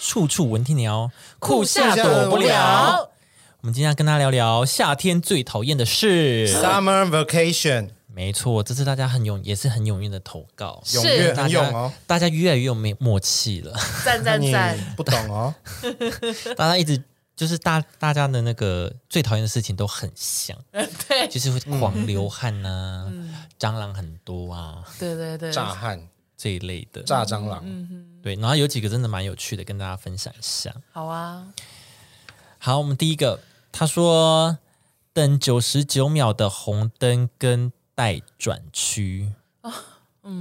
处处闻啼鸟，酷酷夏夏躲躲不不了了。我们今天要跟大家聊聊夏天最讨厌的事。 Summer Vacation 没错，这次大家很踊，也是很踊跃的投稿，踊跃大很家勇哦，大家越来越有默默契了。赞那赞你赞！不懂哦，大家一直就是大大家的那个最讨厌的事情都很像，对就是会狂流汗呐、嗯蟑螂很多啊对对对，炸汉这一类的。炸蟑螂，对，然后有几个真的蛮有趣的，跟大家分享一下。好啊，好，我们第一个，他说等九十九秒的红灯跟待转区，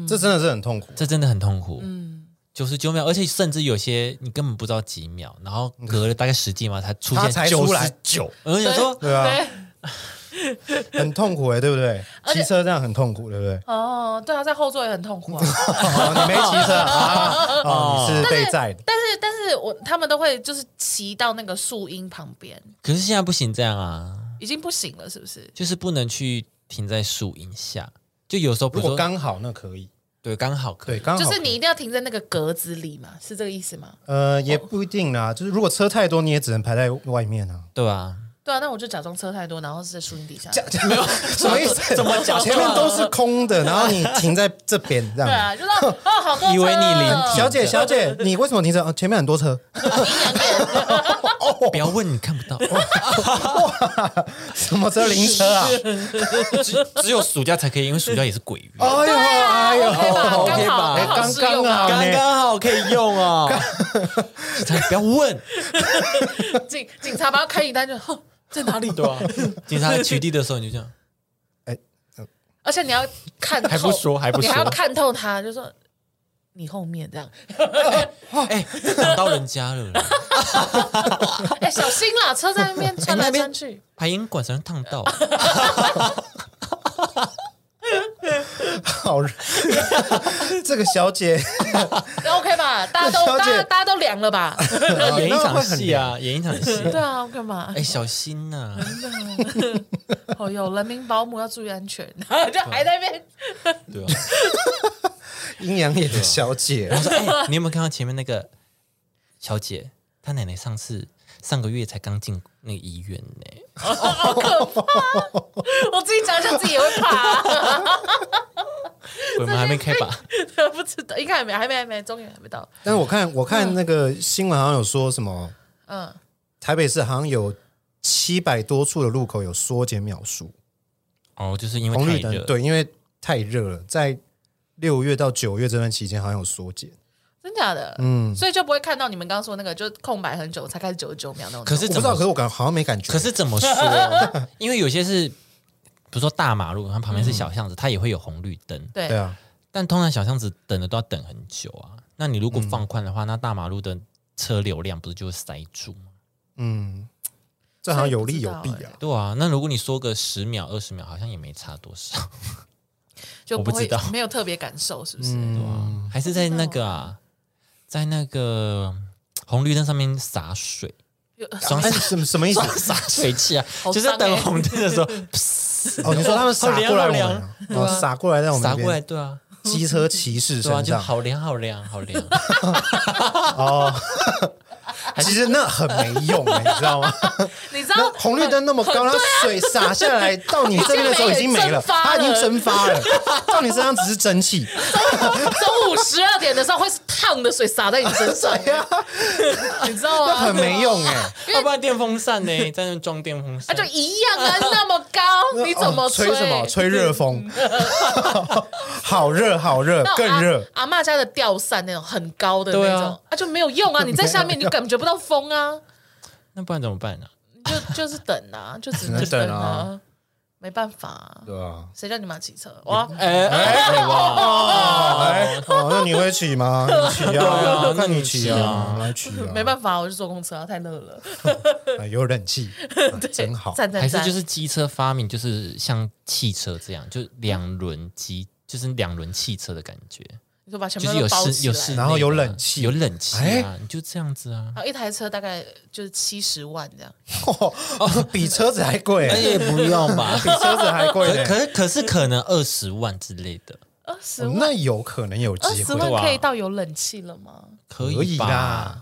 这真的是很痛苦。这真的很痛苦。嗯，九十九秒，而且甚至有些你根本不知道几秒，然后隔了大概十几嗯秒才出他现才九出来十九，我就想说对啊，对很痛苦哎、对不对？而且骑车这样很痛苦，对不对？哦，对啊，在后座也很痛苦啊。哦，你没骑车啊？哦，你是被载的。但是，但是我他们都会就是骑到那个树荫旁边，可是现在不行这样啊，已经不行了，是不是？就是不能去停在树荫下。就有时候，比如如果说刚好那可以，对刚好可对，以，刚好就可以是你一定要停在那个格子里嘛，是这个意思吗？呃也不一定啦，就是如果车太多，你也只能排在外 面啊。对啊，对啊，那我就假装车太多，然后是在树荫底下。这这没有 什么意思？怎么讲前面都是空的，然后你停在这边这 对样。啊，就说哦，好多车哦以为你临停小姐，小姐，你为什么停车？哦前面很多车，不要问你看不到，什么 车？灵车啊！只只有暑假才可以，因为暑假也是鬼月。哎呦，啊哎呦， OK 吧，哎刚好刚好刚适用刚好啊，刚刚好可以用哦， 才不要问，警警察把他开一单就，哦哼在哪里？对啊，警察来取缔的时候你就这样，哎而且你要看透，还不说还不说你还要看透他，就说你后面 这样，哎，挡到人家了啦，哎，小心啦，车在那边穿来哎那边穿去。排烟管才能烫 到， 好热，这个小姐 OK 吧，大家都小大姐家大家都凉了吧？ 演一场戏啊，演一场戏，对啊，OK 嘛，哎，小心呐，哦有人民保姆要注意安全， 然后就还在那边，对啊，阴阳眼的小姐，我说哎，你有没有看到前面那个小姐，她奶奶上次上个月才刚进那个医院呢，我自己讲一下自己也会怕，啊鬼门还没开 吧？ 不知道，应该还没，还没，还没，终于还没到，但是我看我看那个新闻好像有说什么，嗯，台北市好像有七百多处的路口有缩减秒数，哦，就是因红绿为太灯热，对，因为太热了，在六月到九月这段期间好像有缩减，真假的，嗯，所以就不会看到你们刚刚说那个就空白很久才开始九十九秒那种，可我是不怎知道，么可是我感好像没感觉，可是怎么说？ 因为有些是，比如说大马路，它旁边是小巷子，它也会有红绿灯，对对啊，但通常小巷子等的都要等很久啊。那你如嗯果放宽的话，那大马路的车流量不是就会塞住吗？嗯，这好像有利有弊这也不知道啊，对啊，那如果你缩个十秒、二十秒，好像也没差多少，就我不不会知道没有特别感受，是不是？对啊， 嗯，还是在那个哦啊，在那个红绿灯上面洒水， 有双哎，什么什么意思？洒水器啊，好就是脏等欸红灯的 时候哦，你说他们洒好凉过来好我凉们啊，对啊哦洒过来在我们洒这过来，边，对啊，机车骑士对啊，身就上，好凉好凉好凉。 哦，其实那很没用、欸， 你知道吗？你知道红绿灯那么高，然后水洒下来到你这边的时候已经没了，它已经蒸发了，到你身上只是蒸汽。中午十二点的时候会是烫的水洒在你身上，你知道吗？很没用哎、欸，要不然电风扇呢？在那装电风啊，扇就，一样啊，那么 高，你怎么哦吹什么？吹热风，好热好热，那啊种阿更热。阿嬷家的吊扇那种很高的对那啊种，啊，就没有用啊！你在下面你就感觉不到风 啊，那不然怎么办啊 呢？你就就是等啊，就只只能等等啊，没办法啊，对啊，谁叫你妈骑车哇？哎哎哦哇！哎，哦，那你会骑吗？你骑啊，我看你骑那你骑啊啊，来骑啊， 没办法，我就坐公车啊，太热 了，法，哎有冷气，真好。赞赞还是赞！就是机车发明，就是像汽车这样，就两轮机，就是两轮汽车的感觉。你就把全就部是有都包室起有来。室内的，然后有冷气有冷气啊哎，你就这样子 啊。然后一台车大概就是七十万这样，哦比车子还贵，，而哎且哎不用吧 比车子还贵可呢。可是可是可能二十万之类的，二十哦万，那有可能有二机十对会，吧万可以到有冷气了吗？可可以吧？啦。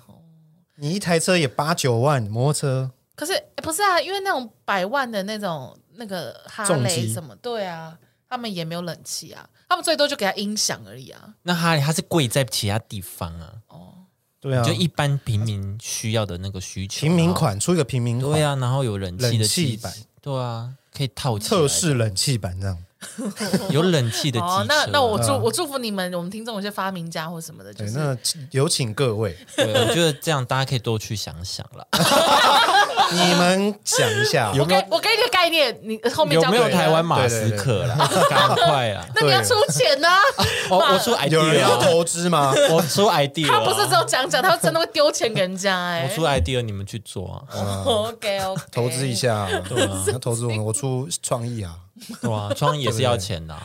你一台车也八九万，摩托车可是、诶不是啊，因为那种百万的那种那个哈重雷机什么，对啊，他们也没有冷气啊，他们最多就给他音响而已啊。那哈利他是贵在其他地方啊，对啊，就一般平民需要的那个需求，啊平民款出一个平民然后，对款，啊，然后有冷气的冷气机版对啊，可以套起来测试冷气版这样。有冷气的机车嗯哦，那那我祝我祝福你们，我们听众有些发明家或什么的，就对，是那有请各 位，对啊我觉得这样大家可以多去想想啦，你们想一下，我给我给你个概念，你后面有交没给有人台湾马斯克啦？赶快啊！那你要对出钱啊 呢、我 马我出有人 idea，要啊投资 吗？我出 idea，他不是只啊有讲讲，他真的会丢钱给人家哦哎、我出 idea，你们去做啊， OK OK，投资一。下啊，对啊，要投资 我们，我出创意啊，对啊，创意也是要钱的啊，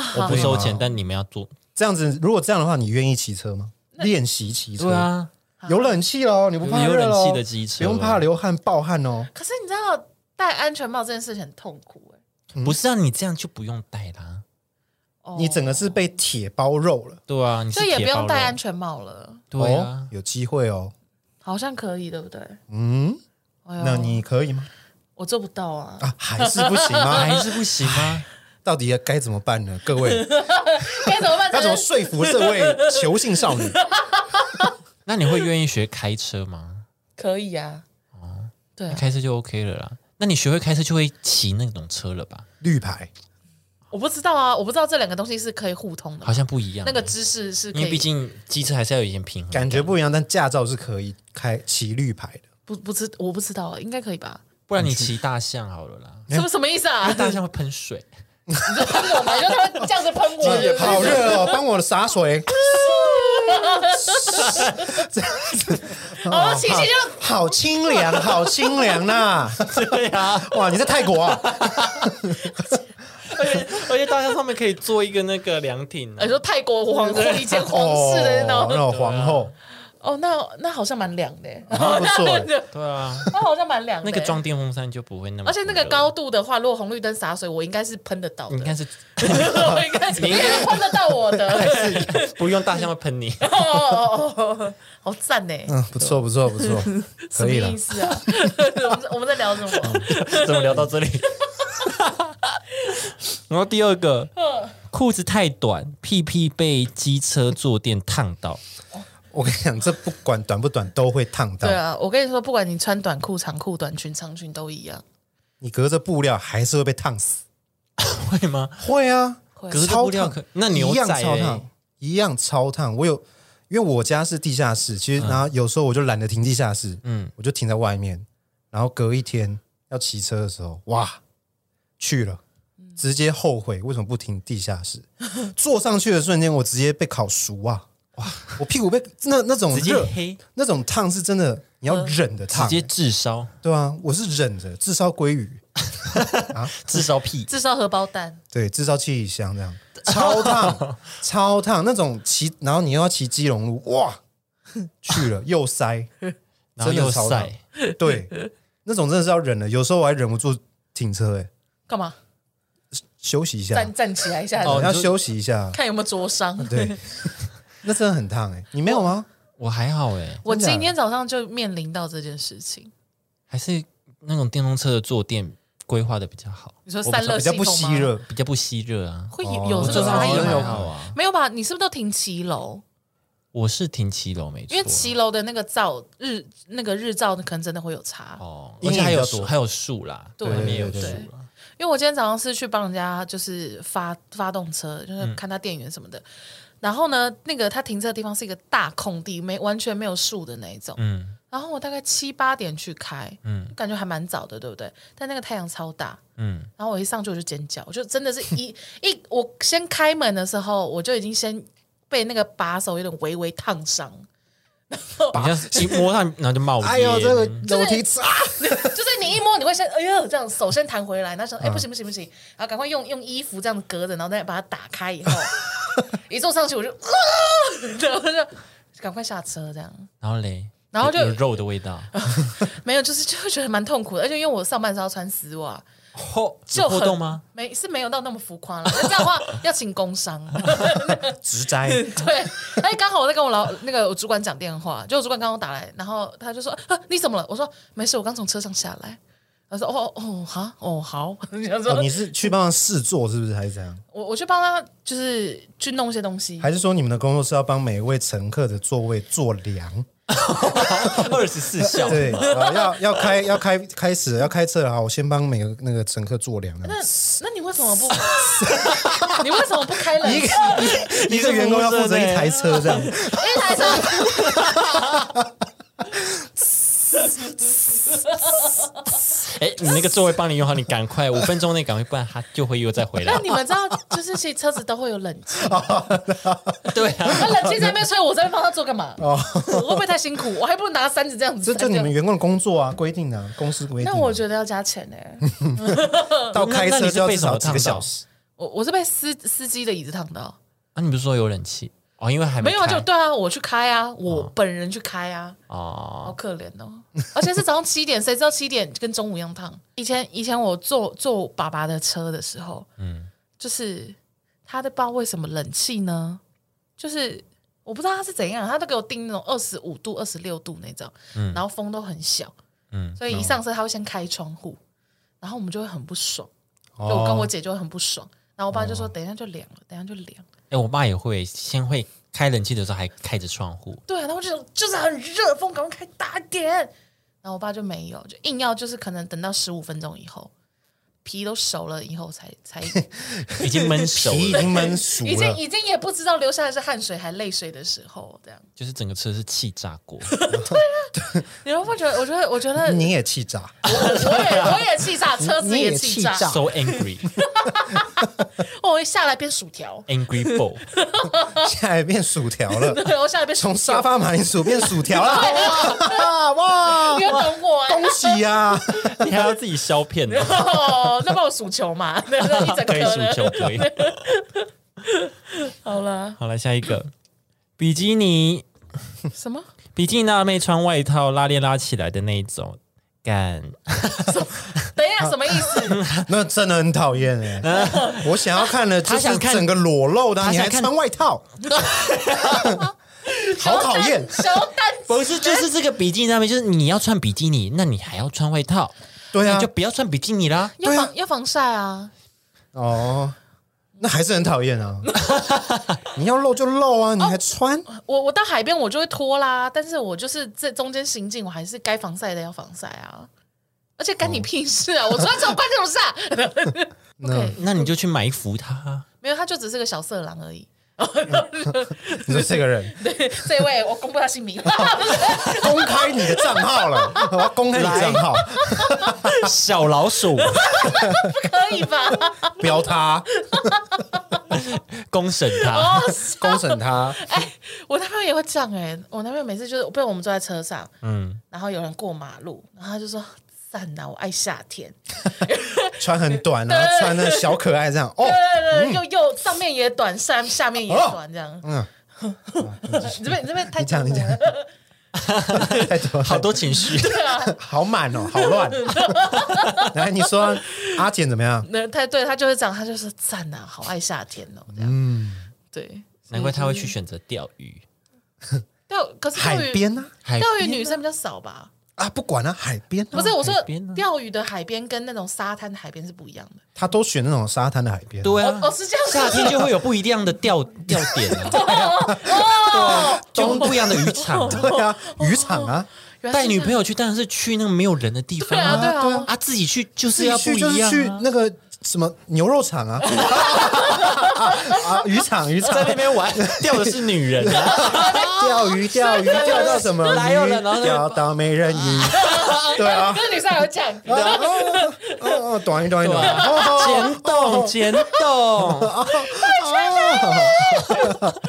好，我不收对钱嘛，但你们要做，这样子，如果这样的话，你愿意骑车吗？练习骑车，对，啊，有冷气喽，你不怕有热冷喽？气的机车，啊不用怕流汗暴汗哦。可是你知道戴安全帽这件事情很痛苦哎、不是啊，你这样就不用戴啦。哦你整个是被铁包肉了。对啊，你是所以也铁不包用肉戴安全帽了，对哦啊，，有机会哦。好像可以，对不对？嗯，哎呦那你可以吗？我做不到 啊。啊，还是不行吗？ 还是不行吗？到底该怎么办呢？各位，该怎么办？要才怎能么说服这位球性少女？ 那你会愿意学开车吗？可以啊？对啊那，开车就 OK 了啦。那你学会开车就会骑那种车了吧？绿牌，我不知道啊，我不知道这两个东西是可以互通的好嘛。像不一样欸。那个知识是可因为以毕竟机车还是要有一点平衡。感觉不一样，但驾照是可以开骑绿牌的。不不知我不知道，啊应该可以吧？不然你骑大象好了 啦，什么什么意思啊？因为大象会喷水。你就喷我嘛，你就他们这样子喷我，对不啊对好热哦，帮我洒水，哦，琪琪就好清凉，好清凉呐、对啊，哇，你在泰国啊？而且而且大象上面可以做一个那个凉亭啊哎你。说泰国皇后以前皇室的那哦哦那种，种皇后，哦，那那好像蛮凉的耶，好像不错耶。对啊，那好像蛮凉的那耶。个装电风扇就不会那么。而且那个高，度的话，如果红绿灯洒水，我应该是喷得到的。你看是 我应该是喷得到我 的。不用大象会喷 你。哦哦哦哦，好赞呢！嗯，不错，不错，不错，什可么以了意。思啊？我们在我们在聊什么？怎么聊到这 里？然后第二个，嗯裤子太短，屁屁被机车坐垫烫到。我跟你讲，这不管短不短都会烫到对，啊，我跟你说，不管你穿短裤、长裤、短裙、长裙都一样。你隔着布料还是会被烫死。会吗？会啊，会隔着超布料烫可，那牛一样仔欸超嘞烫，一样超烫。我有，因为我家是地下室，其实然后有时候我就懒得停地下室，嗯嗯，我就停在外面，然后隔一天要骑车的时候，哇，去了。直接后悔为什么不停地下室，坐上去的瞬间，我直接被烤熟啊！哇，我屁股被那那哦种直接热黑，那种烫是真的，你要忍的烫、欸直接炙烧，对啊，我是忍着，至少鲑鱼，炙烧屁。至少荷包蛋，对，至少气箱这样，超烫，超烫，那种骑，然后你又要骑基隆路，哇，去了又塞，然后真的又超晒，对，那种真的是要忍了，有时候我还忍不住停车、欸，哎，干嘛？休息一下，站站起来一下子，哦哦，要你说休息一下，看有没有灼伤。 对，那真的很烫、欸，哎，你没有哦吗？我还好哎、我真的假的今天早上就面临到这件事情。还是那种电动车的坐垫规划的比较好，你说散热比较系不统吸吗？热，比较不吸热啊。会哦有有我这坐个真的上差去异就真的还有吗？好啊，没有吧？你是不是都停骑楼？我是停骑楼没错，啊因为骑楼的那个照日那个日照可能真的会有差。哦，阴而影且还有比较树多还有树啦，对外面有对树对对啦，因为我今天早上是去帮人家就是发发动车，嗯就是看他电源什么的。然后呢，那个他停车的地方是一个大空地，没完全没有树的那一种。嗯然后我大概七八点去开，嗯感觉还蛮早的，对不对？但那个太阳超大，嗯，然后我一上去我就尖叫，我就真的是一 一我先开门的时候，我就已经先被那个把手有点微微烫伤，啊 你像一摸它，然后就冒烟。哎呦，这个楼梯啊，就是你一摸你会先哎呦这样手嗯先弹回来，那时候哎不行不行不行，然后赶快用用衣服这样隔着，然后再把它打开以后， 一坐上去我就 啊，然后就赶快下车这样。然后嘞，然后有就有肉的味 道，没有，就是就会觉得蛮痛苦的，而且因为我上半身要穿丝袜，后就有很破洞 吗？？没是没有到那么浮夸了，那这样的话要请工伤。啊 直摘，对，哎，刚好我在跟我老那个我主管讲电话，就我主管刚刚打来，然后他就说、啊、你怎么了？我说没事，我刚从车上下来。他说哦哦哈哦好， 想说、哦，你是去帮他试做是不是？还是怎样？我我去帮他就是去弄一些东西，还是说你们的工作是要帮每一位乘客的座位做量？二十四孝，对，啊要要开要开开始了要开车了，好，我先帮每个那个乘客做量。 那那你为什么不？ 你为什么不开冷一气个？一个员工要负责欸一台车这样，一台车。哎，你那个座位帮你用好，你赶快五分钟内赶快，不然他就会又再回来那。 你们知道，就是其实车子都会有冷气，对啊，那冷气在那边吹，我在那边帮他做干嘛？我会不会太辛苦？我还不如拿扇子这样子 这扇。就你们员工的工作啊，规定啊，公司规定啊。那我觉得要加钱呢、到那开那你车是就要被至什么少几烫个到小时。 我我是被司司机的椅子烫到，啊，你不是说有冷气哦？因为还没有啊，开就对啊，我去开啊，我本人去开啊，好哦，可怜哦。 而且是早上七点，谁知道七点跟中午一样烫？以前以前我坐坐爸爸的车的时候，嗯，就是他的不知道为什么冷气呢，就是我不知道他是怎样，他都给我定那种二十五度、二十六度那种，然后风都很小，嗯所以一上车他会先开窗户，然后我们就会很不爽，哦就我跟我姐就会很不爽。然后我爸就说：“等一下就凉了，等一下就凉。”哎，我爸也会先会开冷气的时候还开着窗户，对，啊然后就就是很热，风赶快开大一点。然后我爸就没有，就硬要就是可能等到十五分钟以后，皮都熟了以后才 才，已经闷熟皮已了，经闷熟已经了，已经也不知道流下来是汗水还泪水的时候，这样就是整个车是气炸锅。你们不觉得？我觉得，我觉得你也气炸，我也我也气炸，车子你也气气炸，炸 So angry, 我一下来变薯条， angry bull。现在变薯条了，对，我下来变薯从沙条，发马铃薯变薯条 了，哇哇！你要等我、啊。恭喜呀、啊！ 你还要自己削片 呢，哦，那帮我数球嘛， 那那一整可以颗数呢球，可以。好了，好了，下一个比基尼，什么？比基尼辣妹穿外套拉链拉起来的那一种，干等一下，什么意思？那真的很讨厌 哎！我想要看的就他是想看整个裸露的啊，他你想还看穿外套， 好讨厌！熊蛋不是就是这个比基尼辣妹，就是你要穿比基尼，那你还要穿外套，对啊你就，不要穿比基尼啦。要对啊防要防晒啊！哦，那还是很讨厌啊！你要露就露啊，你还穿？我我到海边我就会脱啦，但是我就是这中间行进，我还是该防晒的要防晒啊。而且哦干你屁事啊！我穿这种关这种事啊！ 不可以，那你就去埋伏他啊，没有，他就只是个小色狼而已。你说这个人这位，我公布他姓 名，公开你的账号了，我要公开你账号，小老鼠，可以吧？标他，公审 他。公审他。我男朋友也会这样哎、我男朋友每次就是，被我们坐在车上，嗯，然后有人过马路，然后他就说：“赞呐、我爱夏天。”哦穿很短，然后穿的小可爱这样哦，对对对，又又上面也短，下下面也短，这样。嗯嗯， 你这边你这边太你讲重你讲了太多好多情绪，好满哦，好乱。来，你说啊阿简怎么样？那太对他就是这样，他就是赞呐、好爱夏天哦，这样。嗯，对，难怪他会去选择钓鱼。钓，可是钓海鱼边呢？还钓鱼女生比较少吧？啊，不管了，海边啊不是，我说海边啊钓鱼的海边跟那种沙滩的海边是不一样的。他都选那种沙滩的海边。对哦啊，哦，是这样子，夏天就会有不一样的钓钓点 啊，哦，就不一样的渔场啊。 对啊，渔场啊，原来带是女这样朋友去当然是去那个没有人的地方对啊对啊啊自己去就是自己要不去就是一样去啊。那个什么牛肉场啊，啊，渔场渔场在那边玩，钓的是女人啊！钓鱼 钓鱼钓到什么来有人然后鱼？就钓到美人鱼。对啊，跟女生有讲，啊哦哦哦，短一短一对短一。哦 啊，简动简 动，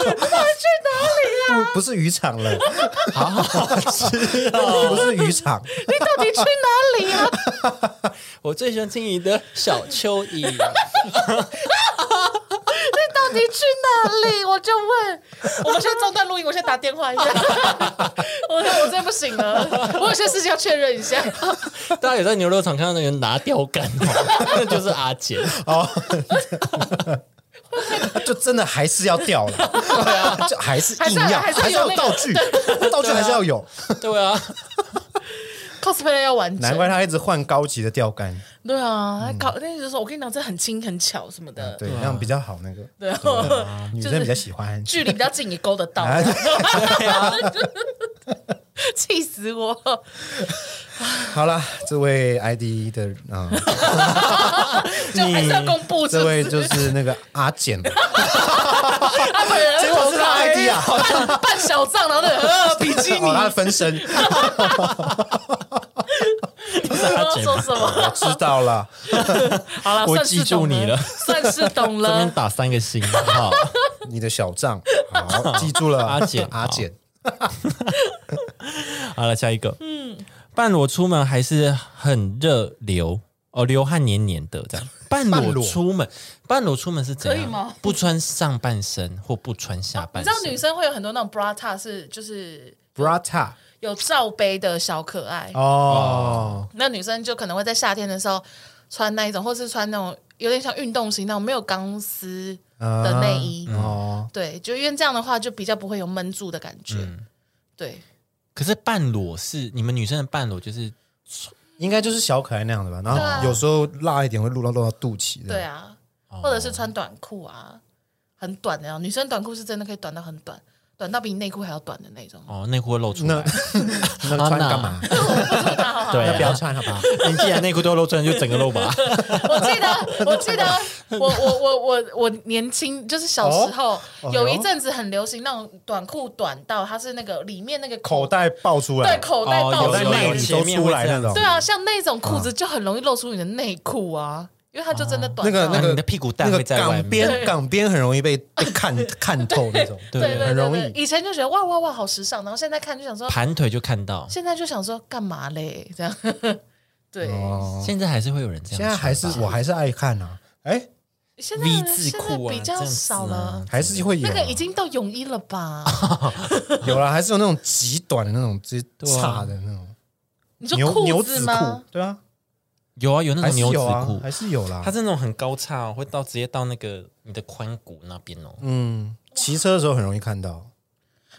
哦不不是渔场了， 不是渔场，你到底去哪里啊？我最喜欢听你的小蚯蚓，到你去哪 里？我就问，我们先中断录音，我先打电话一下。我我真的不行了，我有些事情要确认一 下。大家有在牛肉厂看到那个人拿钓竿吗，那就是阿简。就真的还是要掉了，对啊，就还是硬要，还还是还是是有要那个道具，道具还是要有。对啊， cosplay 要完难整，怪他一直换高级的钓竿，对啊，他搞那时候我跟你讲，这很轻很巧什么的，嗯啊对，那样比较好。那个对啊， 女就生是比较啊喜欢，距离比较近也勾得到， 气死我！好啦，这位 ID 的啊，就 还是要公布，是这不位是？就是那个阿简， 结他本人果是他 ID 哎啊，好像办办小账，然后那个呃比基尼哦，他的分身， 要说什么？知道了，好了，我算是记住懂你了算是懂这边了。打三个星，好不好？你的小账， 好，记住了，阿简阿简，好了，下一个。嗯，半裸出门还是很热流哦，流汗黏黏的这样。半半裸裸出门，半裸出门是怎可以样？吗不穿上半身或不穿下你半知身。道女生会有很多那种 bra t a 是就是。 Brata 有罩杯的小可爱，哦，那女生就可能会在夏天的时候穿那一种，或是穿那种有点像运动型那种没有钢丝的内衣。哦，对，就因为这样的话，就比较不会有闷住的感觉。对，可是半裸是你们女生的半裸，就是应该就是小可爱那样的吧，然对啊后有时候辣一点会露到露到肚脐对的，啊，或者是穿短裤啊，很短的、啊。女生短裤是真的可以短到很短，短到比你内裤还要短的那种。哦，内裤会露出那 来。那穿干嘛？对那不要啊，穿好吧？你既然内裤都露出来，你就整个露吧。我记得，我记得，我我我我我年轻就是小时候、哦有一阵子很流行那种短裤，短到它是那个里面那个口袋爆出来，对口袋哦爆口出袋来有有有内里都出来那种，对啊，像那种裤子就很容易露出你的内裤啊，因为它就真的短那个到那啊个你的屁股蛋那个会在外面港边港边很容易被被 看看透那种，对对对很对容对易。以前就觉得哇哇哇好时尚，然后现在看就想说，盘腿就看到，现在就想说干嘛嘞？这样 对，哦，现在还是会有人这样穿吧。现在还是我还是爱看啊，哎，现在 V 字裤啊，现在比较少这样子了啊。还是会有那啊个已经到泳衣了吧？有了，还是有那种极短的那种直接对啊叉的那种你说牛裤牛子子裤吗？，对啊，有啊，有那还种是牛有仔啊裤，，还是有啦它。是那种很高叉、哦，会到直接到那个你的髋骨那边哦。嗯，骑车的时候很容易看到，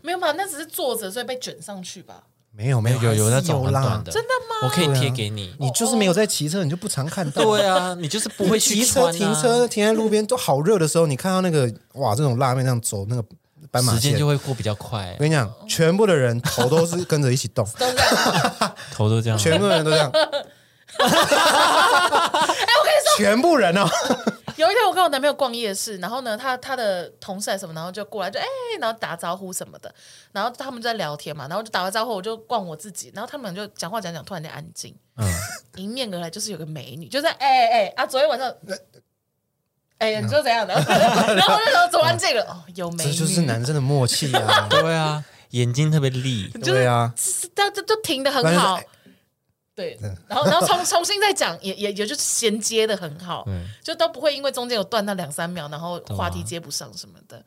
没有吧？那只是坐着，所以被卷上去吧？没有没有有还是有那种很啦短，的，真的吗？我可以贴给你。你就是没有在骑车，你就不常看到。对啊，你就是不会去骑穿、车、啊、停车、停在路边都好热的时候，你看到那个哇，这种辣妹那样走那个斑马时间线就，会过比较快我，跟你讲，全部的人头哦 都是跟着一起动，都这样。哎，头都这样。，全部人都这样， 我哎跟你说，全部人哦， 有一天我跟我男朋友逛夜哎市，然后呢，他他的同事还是什么，然后就过来就哎、然后打招呼什么的，然后他们就在聊天嘛，然后就打完招呼，我就逛我自己，然后他们就讲话讲讲，突然间安静，嗯 迎面而来就是有个美女，就在哎哎啊，昨天晚上。哎、你说怎样的？ 然后那时候走完这个，哦，有美这女，就是男生的默契啊对啊，眼睛特别利， 就是对啊，是都都都停的很反正哎嗯好，对，然后然后重 重新再讲，也也也就衔接的很好，就都不会因为中间有断那两三秒，然后话题接不上什么 的，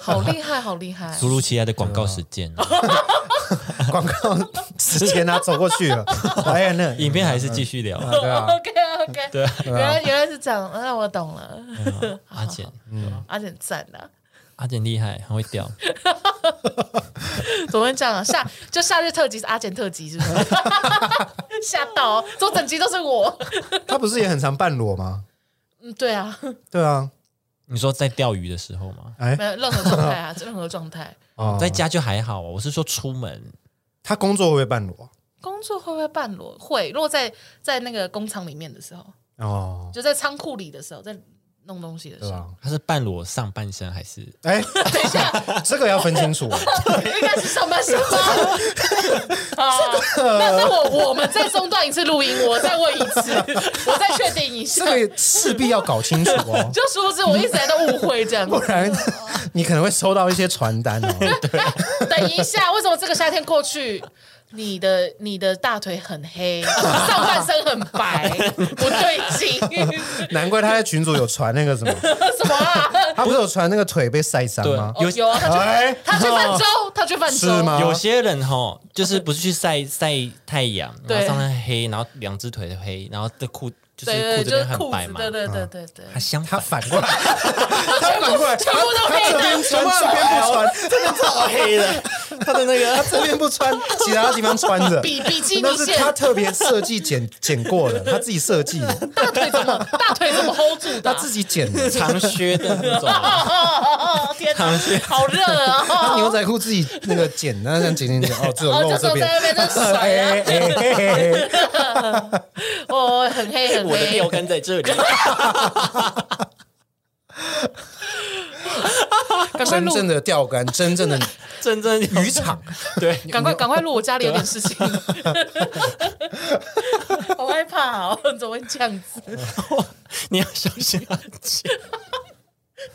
好厉害，好厉害！突如其来的广告时间，广 告时间他走过去了，哎呀那影片还是继续聊。啊对 啊， OK OK，对，原来原来是这样，那我懂了，阿简，啊而且赞啊的。阿简厉害，很会钓。怎么会这样啊？夏就夏日特辑是阿简特辑，是不是？ 吓到、哦，怎么整集都是我？他不是也很常半裸吗？嗯，对啊，对啊，你说在钓鱼的时候吗？哎没有任何状态啊，任何状态。哦，在家就还好哦，我是说出门他工作会不会半裸？工作会不会半裸？会，如果在在那个工厂里面的时候，哦，就在仓库里的时候，在弄东西的时对啊候，吧？他是半裸上半身还是？哎，等一下， 这个要分清楚， 应该是上半身 吧？啊，那那我我们再中断一次录音，我再问一 次，我再确定一下。这个势必要搞清楚哦。 就殊不知我一直在都误会 这样不。然 你可能会收到一些传单哦。等一下，为什么这个夏天过去？你的你的大腿很黑，上半身很 白，不对劲，难怪他在群组有传那个什么，什么啊？他不是有传那个腿被晒伤对吗？哦有啊，他去哎，他去泛舟，他去泛是舟吗啊有些人哈，就是不是去晒晒太阳，然后对上身黑，然后两只腿黑，然后的裤就是对对，裤这就是边很裤白子，嘛。对对嗯对对对，他相他反，反过来，他反过 来，全部都黑这的边，穿，这边不穿，这边超黑的，他的那 个这边不穿，其他地方穿着。比比基那尼是线， 他特别设计剪剪过的，他自己设计的，大腿怎么大腿怎么 hold 住的他啊？自己剪的，长靴的那种哦 啊，哦哦！ 天哪，好热 啊！他牛仔裤自己那个剪，那这样剪剪剪， 哦，只有哦，露就这坐在边那。边在甩啊，哎 哎哎哎哎哦，很黑很我的钓黑。竿在这里，赶快真录，正的钓竿，真正的真正渔场，对， 赶快赶快录，我家里有点事 情。好害怕哦，怎么会这样子？怎你要小心啊 阿杰。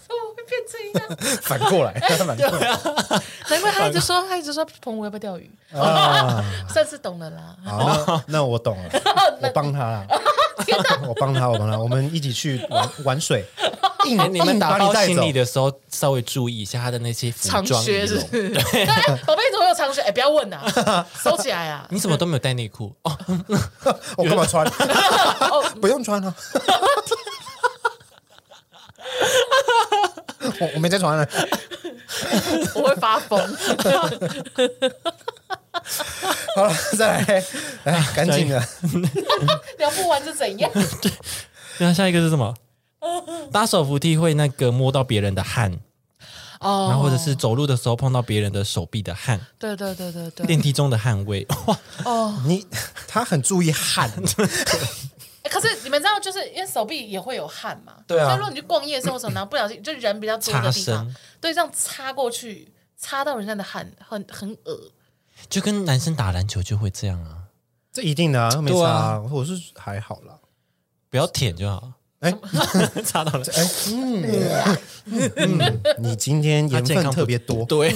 么会变这样？反过来，他反过来 难怪他一直说，他一直说澎湖要不要钓鱼，啊！ 算是懂了啦。好，那那我 懂了，哦我帮他了，我帮他，我帮他，我们一起去玩 玩水，硬哎你们硬打把你包带行走李。的时候稍微注意一下他的那些服长装仪靴是不容。是？ 对啊，宝贝，你怎么有长靴？哎，不要问呐，收起来啊！ 你怎么都没有带内裤？哦，我干嘛穿？哦， 不用穿了。啊我我没在穿了，我会发疯。好了，再来，哎来，赶紧的， 聊不完是怎样？ 那啊下一个是什 么？搭手扶梯会那个摸到别人的汗，哦然后或者是走路的时候碰到别人的手臂的汗， 对对对对对，电梯中的汗味。哇，哦、你他很注意汗，欸可是你们知道，就是因为手臂也会有汗嘛，对啊所以如果你去逛夜市或什么，然后不小心就人比较多的地擦方身，对，这样擦过去，擦到人家的汗，很很恶。 就跟男生打篮球就会这样啊，这一定的啊，没对差啊啊，我是还好啦。不要舔就好。 哎，擦到了，哎，嗯，嗯你今天他 盐健分康特别多，对，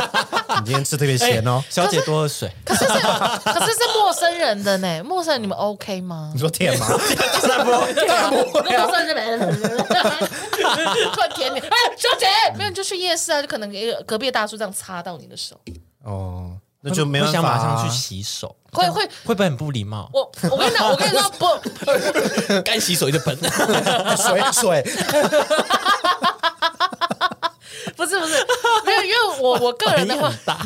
你今天吃特别咸哦。小姐多喝水。可是 是，可是是陌生人的呢，陌生人你们 OK 吗你？说 甜吗？如 果陌生人就突然舔你，哎，小姐，没有，你就去夜市啊，就可能一个隔壁的大叔这样擦到你的手，哦，那就没不办法想啊，马上去洗手，会会。会不会很不礼 貌？我我跟你讲，我跟你说不，干洗手就 喷，哎水水，不是不是，没有，因为我我个人的话， 哎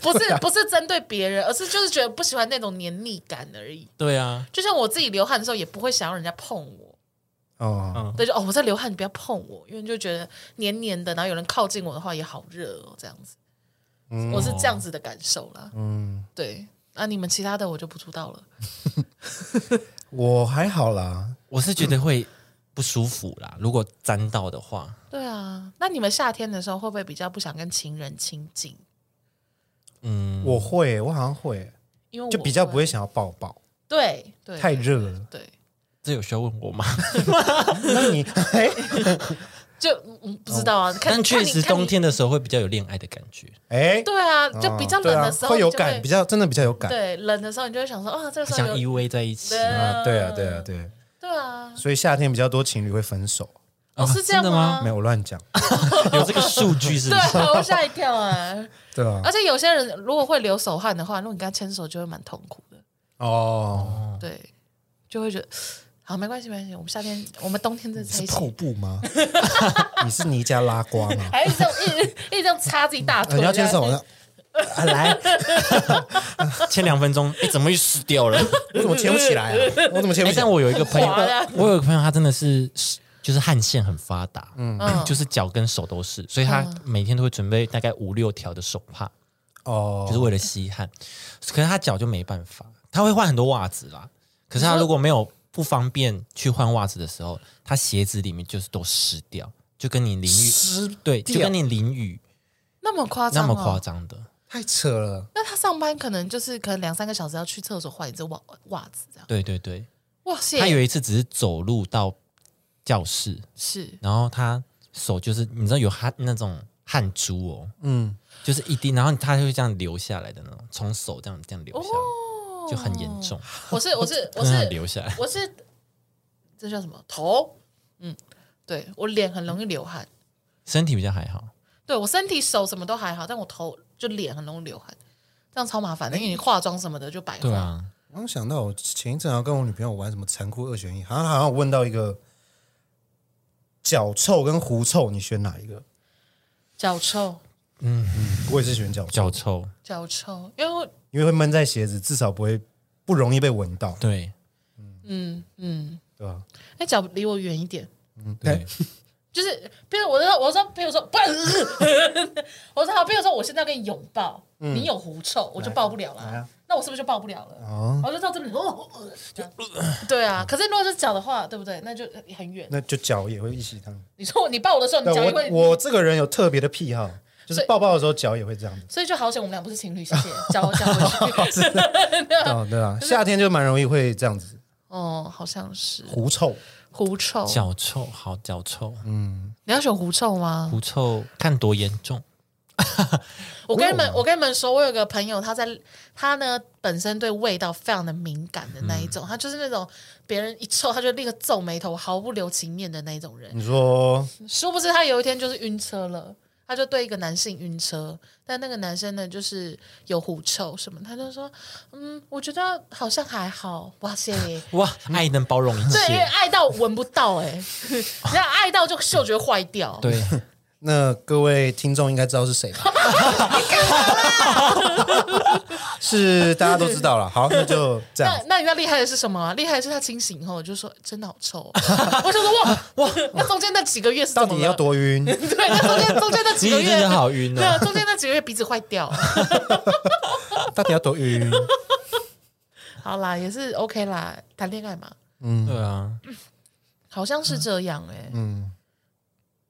不啊是不是针对别人，而是就是觉得不喜欢那种黏腻感而已。对啊，就像我自己流汗的时候，也不会想要人家碰我。哦，对，就哦，我在流汗，你不要碰我，因为就觉得黏黏的，然后有人靠近我的话也好热哦，这样子，我是这样子的感受啦。哦嗯，对，那、你们其他的我就不知道了。我还好啦，我是觉得会不舒服啦。如果沾到的话，对啊，那你们夏天的时候会不会比较不想跟情人亲近？嗯，我会，我好像会，因为我就比较不会想要抱抱，对对太热了。对，这有需要问我吗？那你 哎就嗯不知道啊。看哦但确实看你看你冬天的时候会比较有恋爱的感觉。哎，对啊，就比较冷对啊的时，候、会你有就感，比较真的比较有感。对冷的时候，你就会想说啊，这个时想候有 EV E 在一起对啊，对啊，对啊，对啊，对啊，所以夏天比较多情侣会分手，哦是这样真的吗没有我乱讲， 有这个数据是 对不是？啊，我吓一跳啊！对啊而，且有些人如果会流手汗的话，如果你跟他牵手，就会蛮痛苦的。哦，对，就会觉得好没关系，没关系，我们夏天，我们冬天再在是一瀑起，布吗？ 你是尼加拉瓜吗？ 还一直这样一直一直这样插自己大腿。你要牵手呢？ 啊来，前两分钟，哎，怎么又湿掉了？我怎么牵不起来啊？我怎么牵不哎，起来但？我有一个朋友滑的，我有一个朋友，他真的是就是汗腺很发达，嗯，嗯就是脚跟手都是，所以他每天都会准备大概五六条的手帕，就是哦，为了吸汗。可是他脚就没办法，他会换很多袜子啦。可是他如果没有不方便去换袜子的时候，他鞋子里面就是都湿掉，就跟你淋雨，湿对，掉就跟你淋雨那么夸张、那哦，么夸。张的，太扯了。那他上班可能就是可能两三个小时要去厕所换一只袜袜子这样。对对对。哇塞，他有一次只是走路到教室，是然后他手就是你知道有汗那种汗珠哦，嗯，就是一滴，然后他就会这样流下来的那种，从手这样这样流下来，哦就很严。重， 我是我是我真的很是流下来。我是这叫什么头？嗯，对我脸很容易流汗，身体比较还好，对我身体手什么都还好，但我头就脸很容易流汗，这样超麻烦的，因为你化妆什么的就白对化。啊，我刚想到，我前一阵好像跟我女朋友玩什么残酷二选一，好像好像我问到一个脚臭跟狐臭，你选哪一个？脚臭，我也是选脚臭，脚臭，脚臭，因为我因为会闷在鞋子，至少不会不容易被闻到，对嗯嗯，对吧？哎，脚离我远一点。对，就是，比如我说，我说，比如说， 不，我说好，比如说，我现在要跟你拥抱，你有狐臭，我就抱不了嗯来啦啊。那我是不是就抱不了了？哦，我就到这边，哦，呃这样对啊。可是如果是脚的话，对不对？那就很远。那就脚也会一起烫。你说你抱我的时候，你脚也会，对我我这个人有特别的癖好，就所是以抱抱的时候脚也会 这样子。所以就好险我们俩不是情侣，谢谢，脚脚 回去。哦，对啊，夏天就蛮容易会这样子，哦，好像是狐臭。狐臭。脚臭好，脚臭，你要选狐臭吗？狐臭看多严重，我跟你啊们，我跟你们说，我有个朋友，他在他呢本身对味道非常的敏感的那一种，他就是那种别人一臭他就立刻皱眉头，毫不留情面的那一种人。你说殊不知他有一天就是晕车了，他就对一个男性晕车，但那个男生呢就是有狐臭什么，他就说，嗯，我觉得好像还好，哇塞。哇，爱能包容一对，因为切，爱到闻不到哎、 人家爱到就嗅觉坏掉。对， 那各位听众应该知道 是谁吧？ 是大家都知道了。好，那就这样那。那你知道厉害的是什么、啊？厉害的是他清醒以后就说真的好臭、 哦，我想说哇哇，那中间那几个月是到怎么底了要？多 晕？对，那中间中间那几你个真月的，好晕 对啊，哦，中间那几个月鼻子坏掉。到底要多 晕？好啦，也是 OK 啦，谈恋爱嘛，对啊，好像是这样哎、嗯，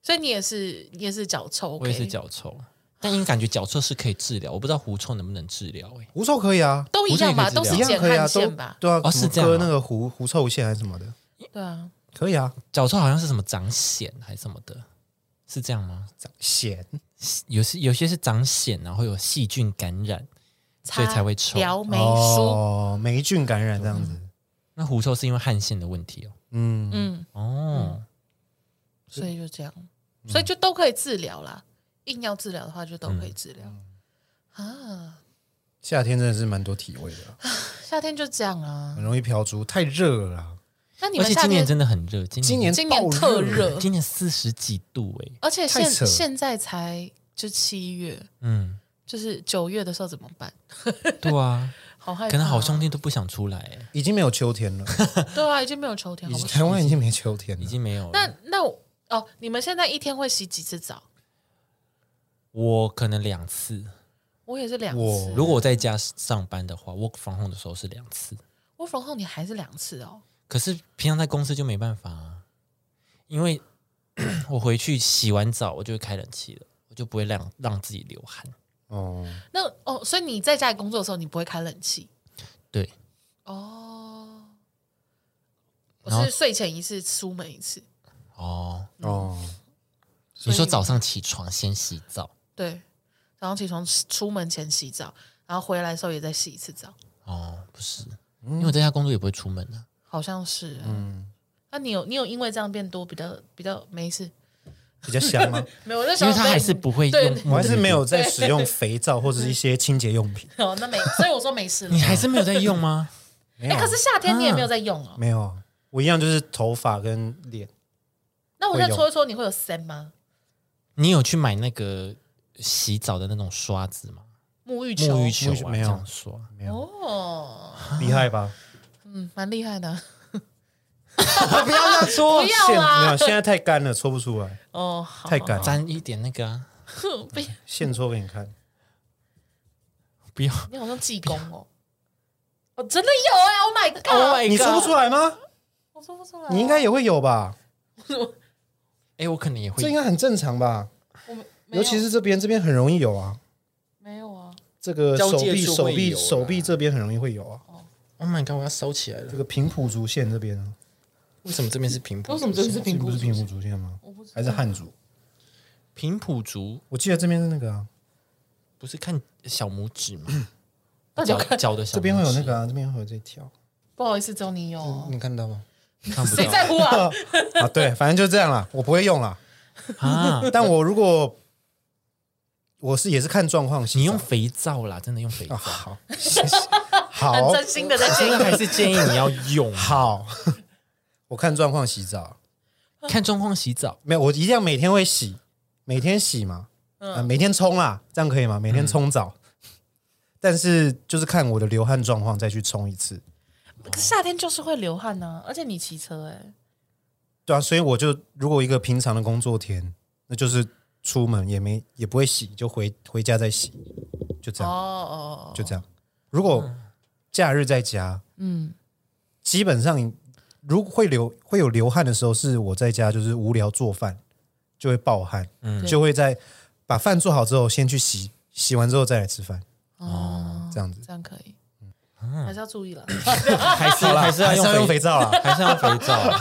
所以你也是你也是脚臭，OK，我也是脚臭，但因为感觉脚臭是可以治疗，我不知道狐臭能不能治疗，哎，狐臭可以啊，都一样吧，狐都臭是一样减可以啊，汗都腺吧？对啊，哦什是么这样割啊那个狐狐臭线还是什么的，对啊，可以啊。脚臭好像是什么长癣还是什么的，是这样吗？咸有些有些是长癣，然后有细菌感染，所以才会臭。撩眉梳，哦，霉菌感染这样子。那狐臭是因为汗腺的问题哦。嗯，嗯，哦，所以就这样，嗯所以就都可以治疗啦。硬要治疗的话，就都可以治疗、嗯啊。夏天真的是蛮多体味的啊，夏天就这样啊。很容易飘出，太热了啊。那你而们且夏今年天，真的很热，今今年嗯今年爆特热热今年四十几度哎，而且太现扯了现在才就七月， 嗯，就是九月的时候怎么办？对啊，好害怕、可能好兄，弟都不想出来嗯哎，已经没有秋天 了，对啊，已经没有秋天，已好经不好？台湾已经没秋天已了。经没有了。那那我哦，你们现在一天会洗几次澡？我可能两次，我也是两我次。如果我在家上班的话，work from home 的时候是两次，我粉后你还是两次哦，可是平常在公司就没办法啊，因为 我回去洗完澡，我就会开冷气了，我就不会让让自己流汗。哦，那哦，所以你在家里工作的时候，你不会开冷气对，哦。我然后是睡前一次，出门一次。哦，嗯哦，你说早上起床先洗澡对，然后起床出门前洗澡，然后回来的时候也再洗一次澡，哦，不是，嗯因为我在家工作也不会出门啊。好像是。嗯，那你有你有因为这样变多比较比较没事？比较 香吗？没有，我在因想为他被还你是不会对用，我还是没有在使用肥皂或者是一些清洁用品。哦，那没，所以我说没事了你。还是没有在用吗？ 没 有哎，啊，可是夏天你也没有在用哦。没有啊，我一样就是头发跟脸。那我现在会用搓一搓，你会有森吗？你有去买那个洗澡的那种刷子吗？沐浴球沐浴球沐浴球啊，没这有样刷。没有，哦，厉害吧？嗯，蛮厉害的。不要乱搓，不要啦没有，现在太干了，搓不出来，哦，好太干，了。沾一点那个、啊，哼 不要现搓给你看。不要。你好像济公哦，我真的有哎、o h my god！、你搓不出来吗？我说不出来，啊你应该也会有吧？哎、我可能也会这应该很正常吧？我们没有尤其是这边，这边很容易有啊。没有啊，这个交手界臂、处手会臂、有啦手臂这边很容易会有啊。 Oh my god！我要收起来了这。个平埔族线这边啊，为什么这边是平埔？为什么这是这评不估是？平埔族线吗？不知道还是汉族？平埔族我记得这边是那个啊，不是看小拇指吗？那就脚看。脚的小这边会有那拇指个啊，这边会有这一条，不好意思，只有你有，你看到吗？看不谁到在 乎啊？啊，对，反正就这样啦，我不会用啦。啊！但我如果我是也是看状况洗澡，你用肥皂啦，真的用肥啊皂，好，谢谢，好，很真心的在建真的议。还是建议你要用 好，我看状况洗澡，看状况洗澡。没有，我一定要每天会洗，每天洗嘛，嗯呃每天冲啦，这样可以吗？每天冲澡，但是就是看我的流汗状况再去冲一次，可是夏天就是会流汗呢、而且你骑车哎、对啊，所以我就如果一个平常的工作天，那就是出门也没也不会洗，就回回家再洗，就这哦嗯样。哦，哦就这样。如果假日在家，嗯，基本上如果会流会有流汗的时候，是我在家就是无聊做饭就会爆汗，嗯就会在把饭做好之后先去洗，洗完之后再来吃饭，哦，这样子。嗯啊这样可以，还是要注意了， 还是好啦还是要还是用要用肥，肥皂啊啦。还是要用肥皂啊。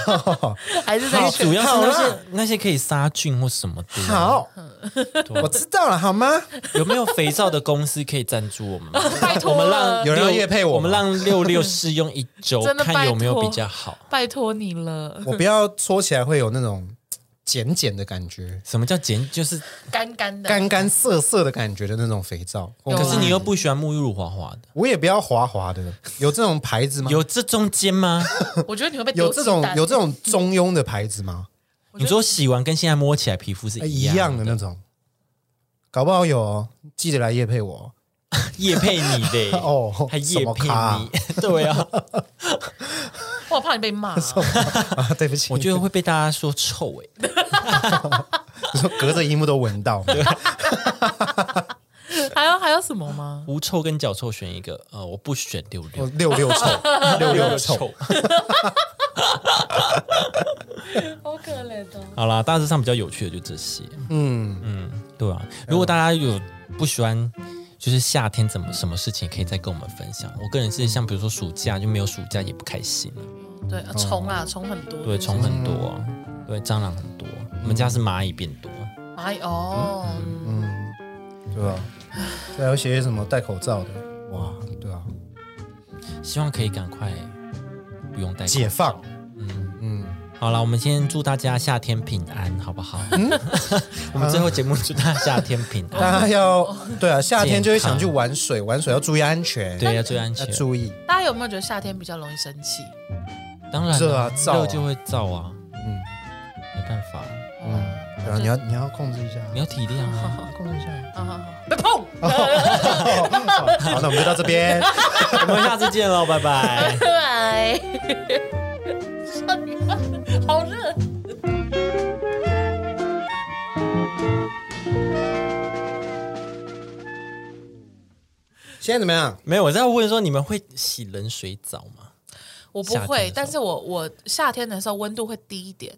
还是好在主要是那好些那些可以杀菌或什么的。， 好，对我知道了，好吗？有没有肥皂的公司可以赞助我们吗？拜托我们了让有人要六业配我我吗们让六六试用一周真，的看有没有拜托比较好。拜托你了，我不要搓起来会有那种碱碱的感觉，什么叫简？就是干干的，干干涩涩的感觉的那种肥皂。有啊可是你又不喜欢沐浴乳滑滑的，我也不要滑滑的，有这种牌子吗？有这中间吗？我觉得你会被丢有这种鸡蛋有这，种中庸的牌子吗？你说洗完跟现在摸起来皮肤是哎一一样的那种，搞不好有哦，记得来夜配我夜配你的 哦还夜什么配咖啊你， 对啊，我怕你被骂、哦啊！对不起，我觉得会被大家说臭哎、你说隔着荧幕都闻到， 还有还有什么吗？狐臭跟脚臭选一个，呃，我不选六我六，六六臭， 六六哦臭。。好可怜哦的、好啦，大致上比较有趣的就这些。嗯，嗯，对啊。如果大家有不喜欢，就是夏天怎么什么事情，可以再跟我们分享。我个人是像比如说暑假就没有暑假也不开心了，对，哦啊虫啊，虫很多，对，虫很多啊，嗯对，蟑螂很多，我们家是蚂蚁变多。蚂蚁哦，嗯对吧？还有写什么戴口罩的，哇，对啊，希望可以赶快不用戴口罩解放。嗯好了，我们先祝大家夏天平安，好不好？ 我们最后节目祝大家夏天平安，嗯，大家要对啊，夏天就会健康想去玩水，玩水要注意安全，对，要注意安要全。注意。大家有没有觉得夏天比较容易生气？当然热啊了燥啊热就会燥啊，嗯没办法，嗯，对啊，你要你要控制一下，你要体谅啊。 控制一下。啊，好好好别 碰！好，那我们就到这 边。我们下次见喽，拜 拜。 拜拜。好热。现在怎么样？没有，我在问说你们会洗冷水澡吗？我不夏天的时会候，但是我我夏天的时候温度会低一点，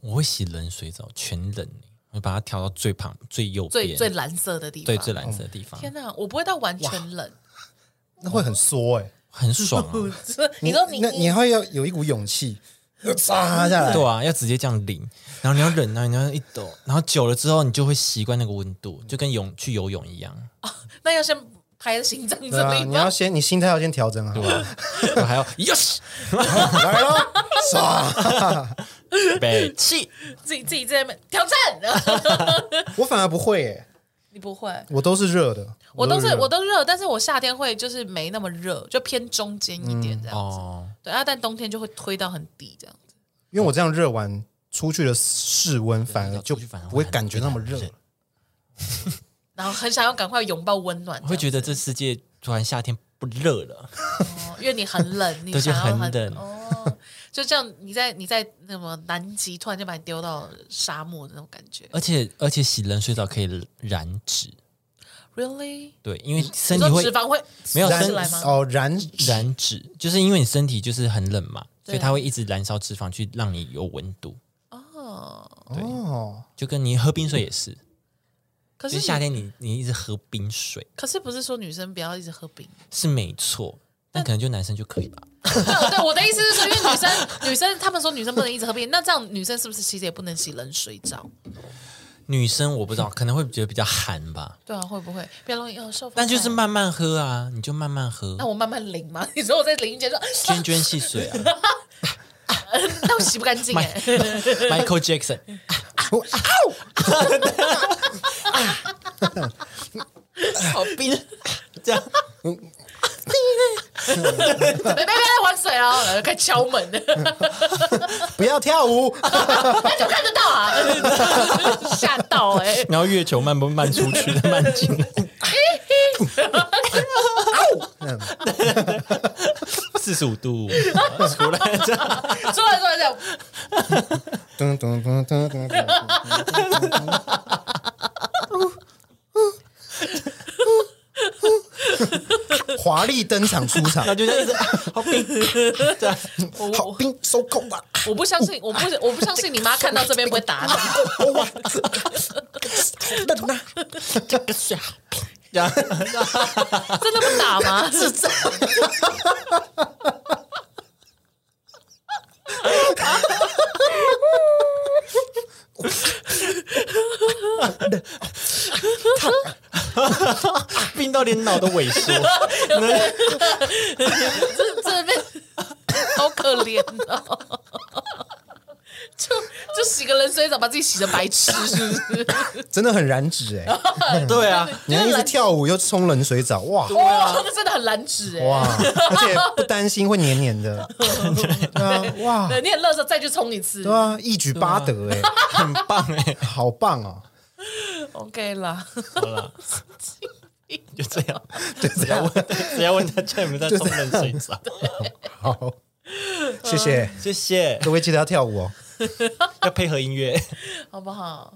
我会洗冷水澡，全冷欸，我把它调到最旁最右最边，最蓝色的地方。对最蓝色的地方，嗯天哪，我不会到完全冷。那会很缩哎、很爽 啊。你说你那你会要有一股勇 气，扎下来。对啊，要直接这样淋，然后你要忍啊，你要一抖，然后久了之后你就会习惯那个温度，就跟泳去游泳一样， 那要先拍心脏这对啊，里你要吗？先，你心态要先调整好对。啊吧、我还要 yes 来 喽，刷！北气， 自己自己在那边挑战。 我反而不会耶、你不会，我都是热的，我都是热我都热，但是我夏天会就是没那么热，就偏中间一点这样 子。哦，对啊，但冬天就会推到很低这样子。因为我这样热完出去的室温反而就出去反而不会感觉那么热很。然后很想要赶快拥抱温暖这样我子，会觉得这世界突然夏天不热了，哦因为你很冷，你对就想要很很冷哦，就这样，你在你在那么南极，突然就把你丢到沙漠的那种感觉而且而且洗冷水澡可以燃脂， ，really？对，因为身你体说会脂肪会没有燃燃出来吗？哦，燃燃脂，就是因为你身体就是很冷嘛，对啊所以它会一直燃烧脂肪去让你有温度，哦，哦，就跟你喝冰水也是，可就是是夏你，天你你一直喝冰水可是不是说女生不要一直喝冰？是没错，但可能就男生就可以吧。对，对我的意思是说，因为女生女生他们说女生不能一直喝冰，那这样女生是不是其实也不能洗冷水澡？女生我不知道，可能会觉得比较寒吧。对啊，会不会比较容易呃受风寒？但就是慢慢喝啊，你就慢慢喝那，我慢慢淋嘛。你说我在淋浴间说，涓涓细水啊那我洗不干净哎。 ，Michael Jackson。好冰，这样别别别来玩水了，然后开始敲门，不要跳 舞，那就看得到 啊，吓到哎、欸！哎然后月球慢不慢出去，再慢进来，四十五度出来这样。出来出来出来，噔噔噔噔噔噔，华丽登场出 场，就这样一直啊好冰，这样我好我冰啊收 工吧，我不相信，我不我不相信你妈看到这边不会打你，哇， 冷啊！这个水好冰，这样真的不打吗？是这冰到连脑都萎缩。 这这边好可怜哦。 就就洗个冷水澡，把自己洗成白痴，是不是？真的很燃脂哎、 对啊，你看一直跳舞又冲冷水澡， 哇哇，那真的很蓝指哎、哇，而且不担心会黏 黏的，对啊，哇，对，你很乐色，再去冲一次对啊，一举八得哎、很棒哎、好棒哦！ ，OK 啦。好了，就这样，就这样问，只要问他家有没有在冲冷水澡。好，谢谢谢谢，各位，记得要跳舞哦。要配合音乐。好不好？